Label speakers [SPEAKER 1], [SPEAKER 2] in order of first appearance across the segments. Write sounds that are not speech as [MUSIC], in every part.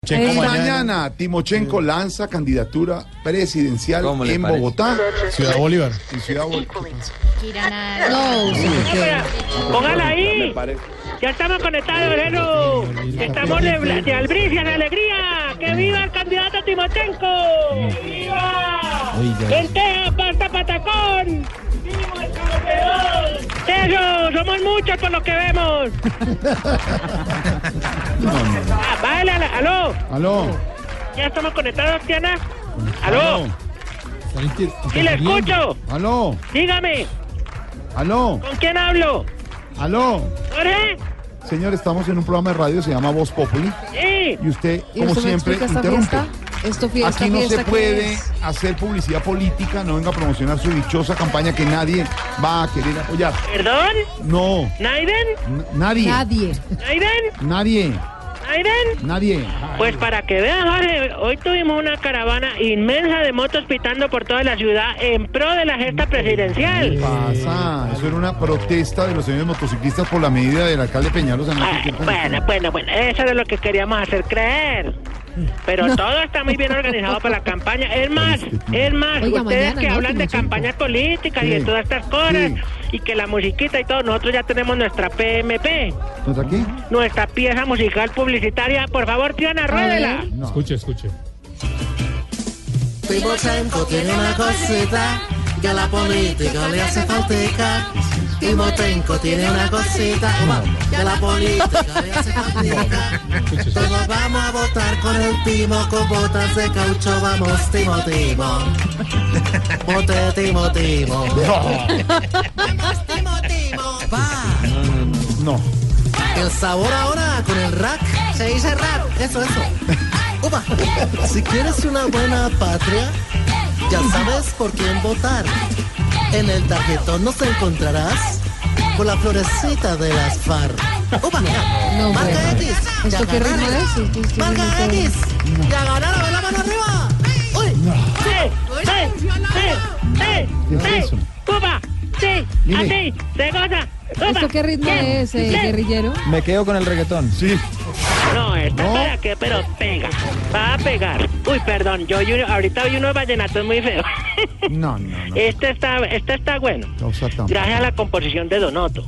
[SPEAKER 1] Timochenko
[SPEAKER 2] Eh,
[SPEAKER 1] mañana.
[SPEAKER 3] Mañana Timochenko lanza candidatura presidencial
[SPEAKER 4] ¿Cómo le
[SPEAKER 3] en
[SPEAKER 4] parece?
[SPEAKER 3] Bogotá
[SPEAKER 1] Ciudad Bolívar.
[SPEAKER 3] y Ciudad Bolívar.
[SPEAKER 5] Girana.
[SPEAKER 2] No,
[SPEAKER 6] Espera, Póngala ahí.
[SPEAKER 4] parece.
[SPEAKER 6] Ya estamos conectados, Herrero. Estamos de, bla- de albricia, de alegría. ¡Que viva el candidato Timochenko! ¡Viva! ¡Lenteja, pasta, patacón! ¡Viva el campeón! ¡Eso! Somos muchos por lo que vemos. Ah, Bájale, a la- aló.
[SPEAKER 3] Aló.
[SPEAKER 6] Ya estamos conectados, Tiana. Aló. Sí, le escucho.
[SPEAKER 3] Aló.
[SPEAKER 6] Dígame,
[SPEAKER 3] Aló.
[SPEAKER 6] ¿con quién hablo?
[SPEAKER 3] Aló.
[SPEAKER 6] ¿Jorge?
[SPEAKER 3] Señor, estamos en un programa de radio, se llama Voz Populi,
[SPEAKER 6] Sí.
[SPEAKER 3] y usted,
[SPEAKER 2] ¿Y
[SPEAKER 3] como
[SPEAKER 2] usted me
[SPEAKER 3] siempre,
[SPEAKER 2] explica esta
[SPEAKER 3] interrumpe.
[SPEAKER 2] fiesta? Esto fiesta,
[SPEAKER 3] Aquí no
[SPEAKER 2] fiesta,
[SPEAKER 3] se
[SPEAKER 2] ¿qué
[SPEAKER 3] puede
[SPEAKER 2] es?
[SPEAKER 3] hacer publicidad política, no venga a promocionar su dichosa campaña que nadie va a querer apoyar.
[SPEAKER 6] ¿Perdón?
[SPEAKER 3] No,
[SPEAKER 6] ¿Naiden?
[SPEAKER 3] n- nadie,
[SPEAKER 2] Nadie.
[SPEAKER 6] ¿Naiden?
[SPEAKER 3] nadie,
[SPEAKER 6] ¿Naiden?
[SPEAKER 3] nadie.
[SPEAKER 6] Pues para que vean, Jorge, hoy tuvimos una caravana inmensa de motos pitando por toda la ciudad en pro de la gesta presidencial.
[SPEAKER 3] Pasa, Eh, eso era una protesta de los señores motociclistas por la medida del alcalde Peñalos.
[SPEAKER 6] Ah, Bueno, bueno, bueno, eso es lo que queríamos hacer creer. Pero todo está muy bien organizado para la campaña. Es más, es más,
[SPEAKER 2] Oiga,
[SPEAKER 6] ustedes
[SPEAKER 2] mañana,
[SPEAKER 6] que
[SPEAKER 2] ¿no?
[SPEAKER 6] hablan de
[SPEAKER 2] Timochenko.
[SPEAKER 6] campañas políticas y de
[SPEAKER 3] Sí,
[SPEAKER 6] todas estas cosas,
[SPEAKER 3] sí.
[SPEAKER 6] y que la musiquita y todo, nosotros ya tenemos nuestra PMP,
[SPEAKER 3] ¿Entonces aquí?
[SPEAKER 6] nuestra pieza musical publicitaria. Por favor, Tiana, ruédela.
[SPEAKER 3] No.
[SPEAKER 1] Escuche, escuche.
[SPEAKER 7] Timochenko tiene una cosita que a la política le hace faltica. Timochenko tiene una cosita que a la política le hace faltica. Todos vamos a votar con el timo, con botas de caucho vamos timo timo. Vote timo timo. Vamos timo timo. Pa.
[SPEAKER 3] No.
[SPEAKER 7] El sabor ahora con el rack. Se dice rack.
[SPEAKER 2] [LAUGHS]
[SPEAKER 7] Eso, eso. Upa. Si quieres una buena patria, ya sabes por quién votar. En el tarjetón nos encontrarás con la florecita de las FAR. Upa.
[SPEAKER 2] No,
[SPEAKER 7] Marca
[SPEAKER 2] bueno.
[SPEAKER 7] X. Ya
[SPEAKER 2] ¿Esto qué
[SPEAKER 7] ganaron.
[SPEAKER 2] ritmo es? Esto es-
[SPEAKER 7] Marca
[SPEAKER 2] esto es-
[SPEAKER 7] X. Ya ganaron. La mano arriba. Uy.
[SPEAKER 6] sí, sí, sí, sí,
[SPEAKER 3] ¿Qué es
[SPEAKER 6] sí,
[SPEAKER 3] eso?
[SPEAKER 6] Cuba, sí,
[SPEAKER 3] Mire.
[SPEAKER 6] así, se goza. Cuba,
[SPEAKER 2] ¿Esto qué ritmo
[SPEAKER 6] sí,
[SPEAKER 2] es, eh,
[SPEAKER 6] sí.
[SPEAKER 2] guerrillero?
[SPEAKER 4] Me quedo con el reggaetón.
[SPEAKER 3] Sí.
[SPEAKER 6] No, esta
[SPEAKER 3] No.
[SPEAKER 6] para qué, pero pega, va a pegar. Uy, perdón, yo oí uno- ahorita oí unos vallenatos muy feos.
[SPEAKER 3] [LAUGHS] No, no, no.
[SPEAKER 6] este está, este está bueno.
[SPEAKER 3] Causa tan-
[SPEAKER 6] Gracias a la composición de Donoto.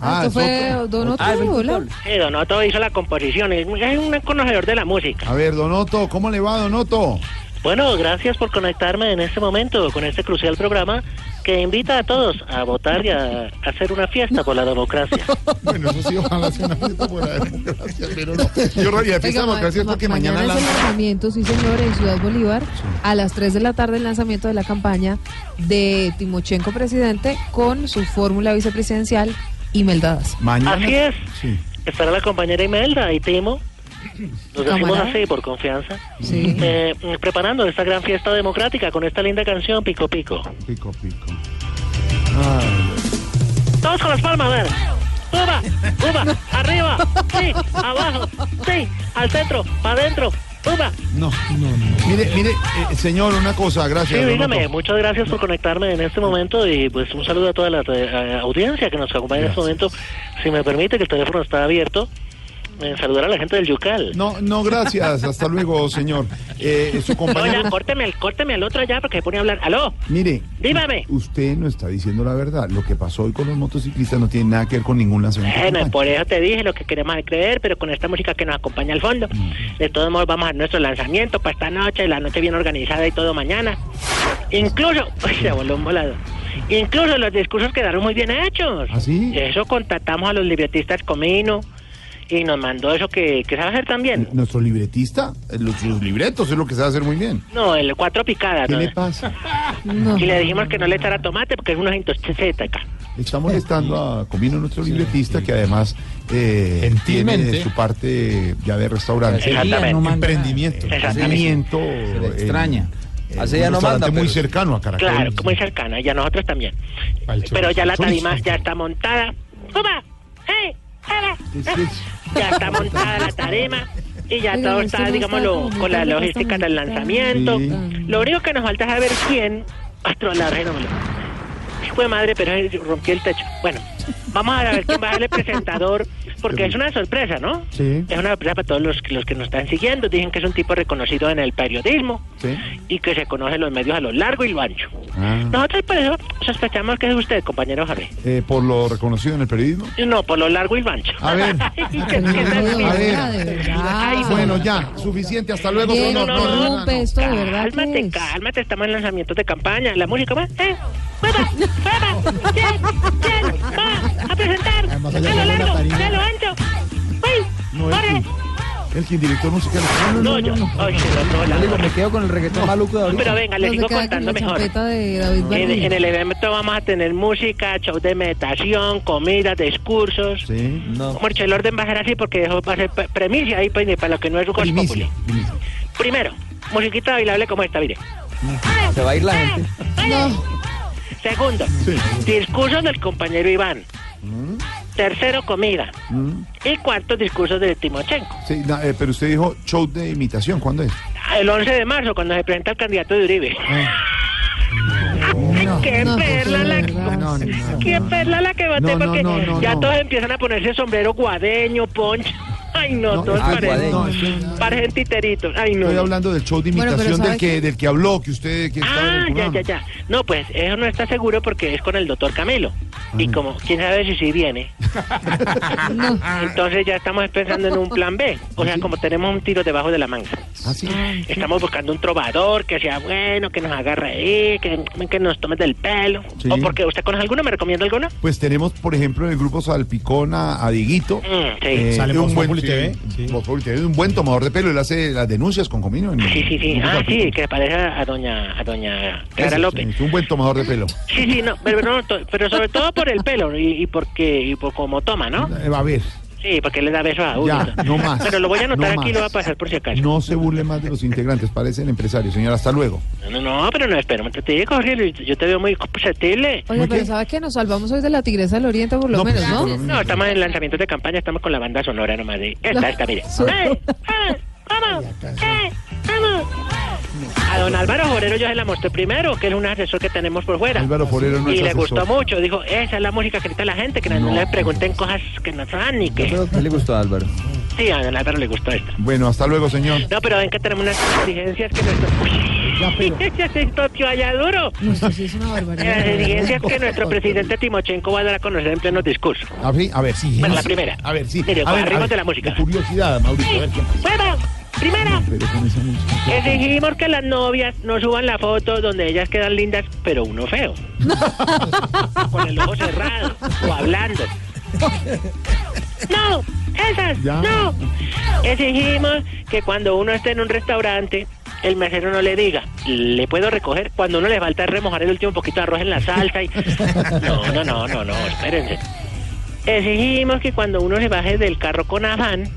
[SPEAKER 3] Ah,
[SPEAKER 2] ¿Esto
[SPEAKER 3] es
[SPEAKER 2] fue
[SPEAKER 3] otro.
[SPEAKER 2] Don Otto?
[SPEAKER 4] Ah, es el
[SPEAKER 2] Hola.
[SPEAKER 4] fútbol.
[SPEAKER 6] Sí, Donoto hizo la composición, es, muy- es un conocedor de la música.
[SPEAKER 3] A ver, Donoto, ¿cómo le va, Donoto?
[SPEAKER 6] Bueno, gracias por conectarme en este momento con este crucial programa que invita a todos a votar y a hacer una fiesta por la democracia.
[SPEAKER 3] Bueno, eso sí, ojalá sea una fiesta por la democracia, pero no. Yo realidad fiesta
[SPEAKER 2] Oiga,
[SPEAKER 3] de
[SPEAKER 2] ma-
[SPEAKER 3] democracia es
[SPEAKER 2] ma-
[SPEAKER 3] porque mañana,
[SPEAKER 2] es el
[SPEAKER 3] lanza-
[SPEAKER 2] lanzamiento, sí señor, en Ciudad Bolívar, a las 3 de la tarde el lanzamiento de la campaña de Timochenko presidente con su fórmula vicepresidencial Imelda Daza.
[SPEAKER 3] Mañana.
[SPEAKER 6] Así es.
[SPEAKER 3] Sí.
[SPEAKER 6] Estará la compañera Imelda y Timo. Nos decimos
[SPEAKER 2] Camarada.
[SPEAKER 6] así por confianza.
[SPEAKER 2] Sí.
[SPEAKER 6] Eh, preparando esta gran fiesta democrática con esta linda canción Pico Pico.
[SPEAKER 3] Pico, pico. Ay,
[SPEAKER 6] Todos con las palmas, a ver. Uva, uva, arriba, sí, abajo, sí, al centro, para adentro, uva.
[SPEAKER 3] no, no, no. Mire, mire, eh, señor, una cosa,
[SPEAKER 6] Sí,
[SPEAKER 3] gracias. Donoto.
[SPEAKER 6] dígame, muchas gracias por conectarme en este momento y pues un saludo a toda la eh, audiencia que nos acompaña en este momento. Si me permite, que el teléfono está abierto, eh, saludar a la gente del Yucal.
[SPEAKER 3] No, no, gracias. Hasta luego, señor. Eh, su compañero.
[SPEAKER 6] Oiga, córteme, el- córteme al otro allá porque se pone a hablar. ¡Aló!
[SPEAKER 3] Mire,
[SPEAKER 6] Dígame.
[SPEAKER 3] usted no está diciendo la verdad. Lo que pasó hoy con los motociclistas no tiene nada que ver con ningún lanzamiento. de
[SPEAKER 6] Bueno, pues,
[SPEAKER 3] campaña.
[SPEAKER 6] por eso te dije lo que queremos es creer, pero con esta música que nos acompaña al fondo.
[SPEAKER 3] Mm.
[SPEAKER 6] De todos modos, vamos a nuestro lanzamiento para esta noche, la noche bien organizada y todo mañana. Incluso, [LAUGHS] uy, se voló un volado. Incluso los discursos quedaron muy bien hechos.
[SPEAKER 3] ¿Ah, sí?
[SPEAKER 6] Eso contratamos a los libretistas Comino y nos mandó eso que, que sabe hacer también.
[SPEAKER 3] Eh, Nuestro libretista, eh, los, sus libretos es lo que sabe hacer muy bien.
[SPEAKER 6] No, el cuatro picadas.
[SPEAKER 3] ¿Qué
[SPEAKER 6] ¿no?
[SPEAKER 3] le pasa?
[SPEAKER 2] No.
[SPEAKER 6] Y le dijimos que no le echara tomate porque es una acá.
[SPEAKER 3] Está molestando a Comino, nuestro libretista, que además eh, tiene
[SPEAKER 1] Gentilmente.
[SPEAKER 3] su parte ya de restaurante.
[SPEAKER 6] Exacto. Exactamente.
[SPEAKER 4] no manda.
[SPEAKER 1] Emprendimiento.
[SPEAKER 6] Exactamente.
[SPEAKER 3] Emprendimiento.
[SPEAKER 4] Se le
[SPEAKER 3] eh,
[SPEAKER 4] extraña.
[SPEAKER 3] eh,
[SPEAKER 4] Así
[SPEAKER 3] un
[SPEAKER 4] ya no manda,
[SPEAKER 3] restaurante muy
[SPEAKER 4] pero-
[SPEAKER 3] cercano a Caracol.
[SPEAKER 6] Claro, muy cercana, y a nosotros también.
[SPEAKER 1] Al chorizo.
[SPEAKER 6] Pero ya la
[SPEAKER 3] Chorizo.
[SPEAKER 6] tarima ya está montada. ¡Upa! ¡Eh! ¡Ala!
[SPEAKER 3] ¿Qué es eso?
[SPEAKER 6] Ya está montada la tarima y
[SPEAKER 2] Oiga,
[SPEAKER 6] ya todo
[SPEAKER 2] usted no
[SPEAKER 6] está,
[SPEAKER 2] está
[SPEAKER 6] digámoslo,
[SPEAKER 2] comunicando
[SPEAKER 6] con la
[SPEAKER 2] que está
[SPEAKER 6] logística del
[SPEAKER 2] comunicando.
[SPEAKER 6] lanzamiento.
[SPEAKER 3] Sí.
[SPEAKER 6] Lo único que nos falta es saber quién va a trolar, fenómeno. hijo de madre, pero eh, rompió el techo. Bueno, vamos a ver quién va a ser el presentador, porque es una sorpresa, ¿no?
[SPEAKER 3] Sí.
[SPEAKER 6] Es una sorpresa para todos los, que- los que nos están siguiendo. Dicen que es un tipo reconocido en el periodismo
[SPEAKER 3] Sí.
[SPEAKER 6] [LAUGHS] y que se conoce en los medios a lo largo y lo ancho.
[SPEAKER 3] Ah.
[SPEAKER 6] Nosotros por eso sospechamos que es usted, compañero Javier.
[SPEAKER 3] Eh, por lo reconocido en el periodismo.
[SPEAKER 6] No, por lo largo y lo ancho.
[SPEAKER 3] A
[SPEAKER 6] [LAUGHS]
[SPEAKER 3] ver.
[SPEAKER 6] Que- que tal-
[SPEAKER 3] A ver.
[SPEAKER 2] de verdad.
[SPEAKER 6] Ay, no.
[SPEAKER 3] Bueno, ya, suficiente, hasta luego.
[SPEAKER 2] Bien,
[SPEAKER 3] Sonor,
[SPEAKER 6] no, no, no,
[SPEAKER 2] no, esto de verdad que
[SPEAKER 6] Cálmate,
[SPEAKER 2] es.
[SPEAKER 6] cálmate, estamos en lanzamientos de campaña. La música va, eh, ¡Fuera! ¡Fuera! ¿Quién? ¿Quién va a presentar? A lo largo, a lo ancho. ¡Uy!
[SPEAKER 3] No, es
[SPEAKER 6] ¡Corre!
[SPEAKER 3] El que director musical. No,
[SPEAKER 6] No, yo. Ay, no, no, la-
[SPEAKER 1] Me quedo con el reggaetón maluco de ahorita.
[SPEAKER 6] Pero venga, le
[SPEAKER 2] No se
[SPEAKER 6] sigo
[SPEAKER 2] queda con la
[SPEAKER 6] contando mejor.
[SPEAKER 2] champeta de David
[SPEAKER 6] En,
[SPEAKER 2] Barbieri.
[SPEAKER 6] en el evento vamos a tener música, show de meditación, comida, discursos.
[SPEAKER 3] Sí.
[SPEAKER 1] No.
[SPEAKER 6] Como el orden va a ser así porque eso va a ser pre- premicia ahí pues, para lo que no es un
[SPEAKER 3] Primicia. primicia.
[SPEAKER 6] Primero, musiquita bailable como esta, mire.
[SPEAKER 1] Se va a ir la gente.
[SPEAKER 2] No,
[SPEAKER 6] Segundo,
[SPEAKER 3] Sí.
[SPEAKER 6] discursos del compañero Iván. Tercero, comida.
[SPEAKER 3] Mm,
[SPEAKER 6] Y cuarto, discursos de Timochenko.
[SPEAKER 3] sí, na- eh, pero usted dijo show de imitación, ¿cuándo es?
[SPEAKER 6] El 11 de marzo, cuando se presenta el candidato de Uribe. Ay, ¡Qué
[SPEAKER 2] no,
[SPEAKER 6] perla
[SPEAKER 2] porque
[SPEAKER 6] la
[SPEAKER 2] de
[SPEAKER 6] que...
[SPEAKER 2] verdad,
[SPEAKER 3] No, no, no,
[SPEAKER 6] ¡Qué
[SPEAKER 3] no.
[SPEAKER 6] perla la que bate!
[SPEAKER 3] No, no,
[SPEAKER 6] porque
[SPEAKER 3] no, no,
[SPEAKER 6] ya
[SPEAKER 3] no.
[SPEAKER 6] todos empiezan a ponerse sombrero guadeño, poncho. ¡Ay, no!
[SPEAKER 3] No,
[SPEAKER 6] todos
[SPEAKER 3] ah,
[SPEAKER 6] parecen,
[SPEAKER 3] no, estoy,
[SPEAKER 6] parecen titeritos. ¡Ay, no!
[SPEAKER 3] estoy hablando del show de
[SPEAKER 2] Bueno, pero
[SPEAKER 3] imitación del,
[SPEAKER 2] ¿sabe
[SPEAKER 3] que,
[SPEAKER 2] qué?
[SPEAKER 3] del que habló, que usted que estaba en el
[SPEAKER 6] Ah, ya,
[SPEAKER 3] programa.
[SPEAKER 6] ya, ya. No, pues eso no está seguro porque es con el doctor Camilo. Y como, quién sabe si sí viene.
[SPEAKER 2] no.
[SPEAKER 3] Ah.
[SPEAKER 6] Entonces ya estamos pensando en un plan B. O sea, como tenemos un tiro debajo de la manga.
[SPEAKER 3] Ah, sí.
[SPEAKER 6] Estamos buscando un trovador que sea bueno, que nos haga reír, que, que nos tome del pelo.
[SPEAKER 3] Sí.
[SPEAKER 6] O porque usted conoce alguno, ¿me recomienda alguno?
[SPEAKER 3] Pues tenemos, por ejemplo, en el grupo Salpicón a, a Dieguito.
[SPEAKER 6] Mm, sí.
[SPEAKER 3] eh,
[SPEAKER 4] Sale
[SPEAKER 3] un
[SPEAKER 4] Voz
[SPEAKER 3] buen-
[SPEAKER 4] Populi
[SPEAKER 3] sí,
[SPEAKER 4] TV.
[SPEAKER 3] Voz Populi TV, un buen tomador de pelo. Él hace las denuncias con Comino. en-
[SPEAKER 6] Sí, sí,
[SPEAKER 3] en el
[SPEAKER 6] sí.
[SPEAKER 3] grupo
[SPEAKER 6] Ah,
[SPEAKER 3] Salpicón.
[SPEAKER 6] sí, que le parece a doña, a doña Clara
[SPEAKER 3] Ese,
[SPEAKER 6] López.
[SPEAKER 3] sí, un buen tomador de pelo.
[SPEAKER 6] Sí, sí, no, pero, no, to- pero sobre todo por el pelo y, y porque y por cómo toma, ¿no?
[SPEAKER 3] Eh, a ver,
[SPEAKER 6] Sí, porque le da besos a uno.
[SPEAKER 3] Ya, no más.
[SPEAKER 6] Pero lo voy a anotar
[SPEAKER 3] No
[SPEAKER 6] aquí y lo voy a
[SPEAKER 3] más.
[SPEAKER 6] pasar por si acaso.
[SPEAKER 3] no se burle más de los integrantes, parece el empresario. Señor, hasta luego.
[SPEAKER 6] No, no, no, pero no, espera, un momento, te digo, Jorge, yo te veo muy susceptible.
[SPEAKER 3] ¿Por
[SPEAKER 2] Oye,
[SPEAKER 3] qué?
[SPEAKER 2] pero ¿sabes que Nos salvamos hoy de la tigresa del oriente, por lo
[SPEAKER 3] No,
[SPEAKER 2] menos,
[SPEAKER 3] pues,
[SPEAKER 2] ¿no?
[SPEAKER 3] por lo menos.
[SPEAKER 6] No, estamos en lanzamientos de campaña, estamos con la banda sonora nomás de... Esta, esta, mire. ¡Eh! ¡Eh! ¡Vamos! ¡Eh! ¡Vamos! A don Álvaro Jorero yo se la mostré primero, que es un asesor que tenemos por fuera.
[SPEAKER 3] Álvaro Forero no es
[SPEAKER 6] y le
[SPEAKER 3] asesor.
[SPEAKER 6] gustó mucho, dijo, esa es la música que necesita la gente, que no, le pregunten cosas que no saben ni que...
[SPEAKER 1] Pero, ¿Qué le gustó a Álvaro?
[SPEAKER 6] Sí, a don Álvaro le gustó esto.
[SPEAKER 3] Bueno, hasta luego, señor.
[SPEAKER 6] No, pero ven que tenemos unas exigencias que nuestro... Uy, [LAUGHS] ya se estoció allá duro.
[SPEAKER 2] No, esto sí es una barbaridad.
[SPEAKER 6] Las exigencias que nuestro presidente Timochenko va a dar a conocer en pleno discurso.
[SPEAKER 3] A ver, a ver, sí.
[SPEAKER 6] Bueno, la
[SPEAKER 3] sí.
[SPEAKER 6] primera.
[SPEAKER 3] A ver, sí.
[SPEAKER 6] Mire,
[SPEAKER 3] a ver,
[SPEAKER 6] arriba
[SPEAKER 3] a ver,
[SPEAKER 6] de la música.
[SPEAKER 3] Curiosidad, Mauricio. A ver qué
[SPEAKER 6] ¡Fuera! ¡Primera!
[SPEAKER 3] Pero con esa música.
[SPEAKER 6] Exigimos que las novias no suban la foto donde ellas quedan lindas, pero uno feo. Con el ojo cerrado o hablando. ¡No! ¡Esas!
[SPEAKER 3] Ya.
[SPEAKER 6] ¡No! Exigimos que cuando uno esté en un restaurante, el mesero no le diga, le puedo recoger cuando uno le falta remojar el último poquito de arroz en la salsa y... No, no, no, no, no, espérense. Exigimos que cuando uno se baje del carro con afán,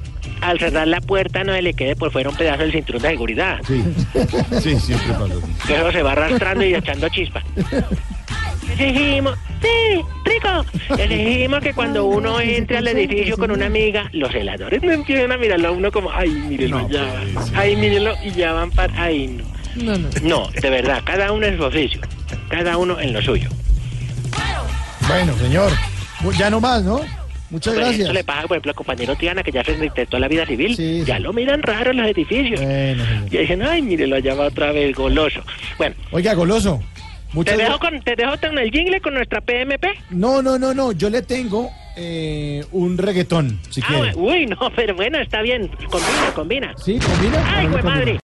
[SPEAKER 6] al cerrar la puerta no se le quede por fuera un pedazo del cinturón de seguridad.
[SPEAKER 3] Sí, sí, siempre pasa así.
[SPEAKER 6] Que eso se va arrastrando y echando chispa. Exigimos, sí, rico. Exigimos que cuando uno entre al edificio con una amiga, los heladores no empiezan a mirarlo a uno como, ay, mírenlo
[SPEAKER 3] No,
[SPEAKER 6] ya,
[SPEAKER 3] pues,
[SPEAKER 6] ay, mírenlo y ya van para, ay, no.
[SPEAKER 2] No, no.
[SPEAKER 6] No, de verdad, cada uno en su oficio, cada uno en lo suyo.
[SPEAKER 4] Bueno, señor. mu- Ya no más, ¿no? Muchas
[SPEAKER 6] Pues
[SPEAKER 4] gracias.
[SPEAKER 6] Eso le pasa, por ejemplo, al compañero Tiana, que ya se reintegró a la vida civil,
[SPEAKER 4] Sí, sí.
[SPEAKER 6] ya lo miran raro en los edificios.
[SPEAKER 4] Bueno, señor.
[SPEAKER 6] Y dicen, ay, mírenlo, allá va otra vez, goloso. Bueno,
[SPEAKER 4] Oiga, goloso.
[SPEAKER 6] te
[SPEAKER 4] Muchas
[SPEAKER 6] dejo,
[SPEAKER 4] gracias.
[SPEAKER 6] con, te dejo con el jingle con nuestra PMP.
[SPEAKER 4] No, no, no, no. Yo le tengo eh, un reggaetón, si
[SPEAKER 6] Ah,
[SPEAKER 4] quiere.
[SPEAKER 6] uy, no, pero bueno, está bien. Combina, combina.
[SPEAKER 4] ¿Sí? ¿Combina?
[SPEAKER 6] ¡Ay,
[SPEAKER 4] ¿O no
[SPEAKER 6] güey,
[SPEAKER 4] combina?
[SPEAKER 6] madre!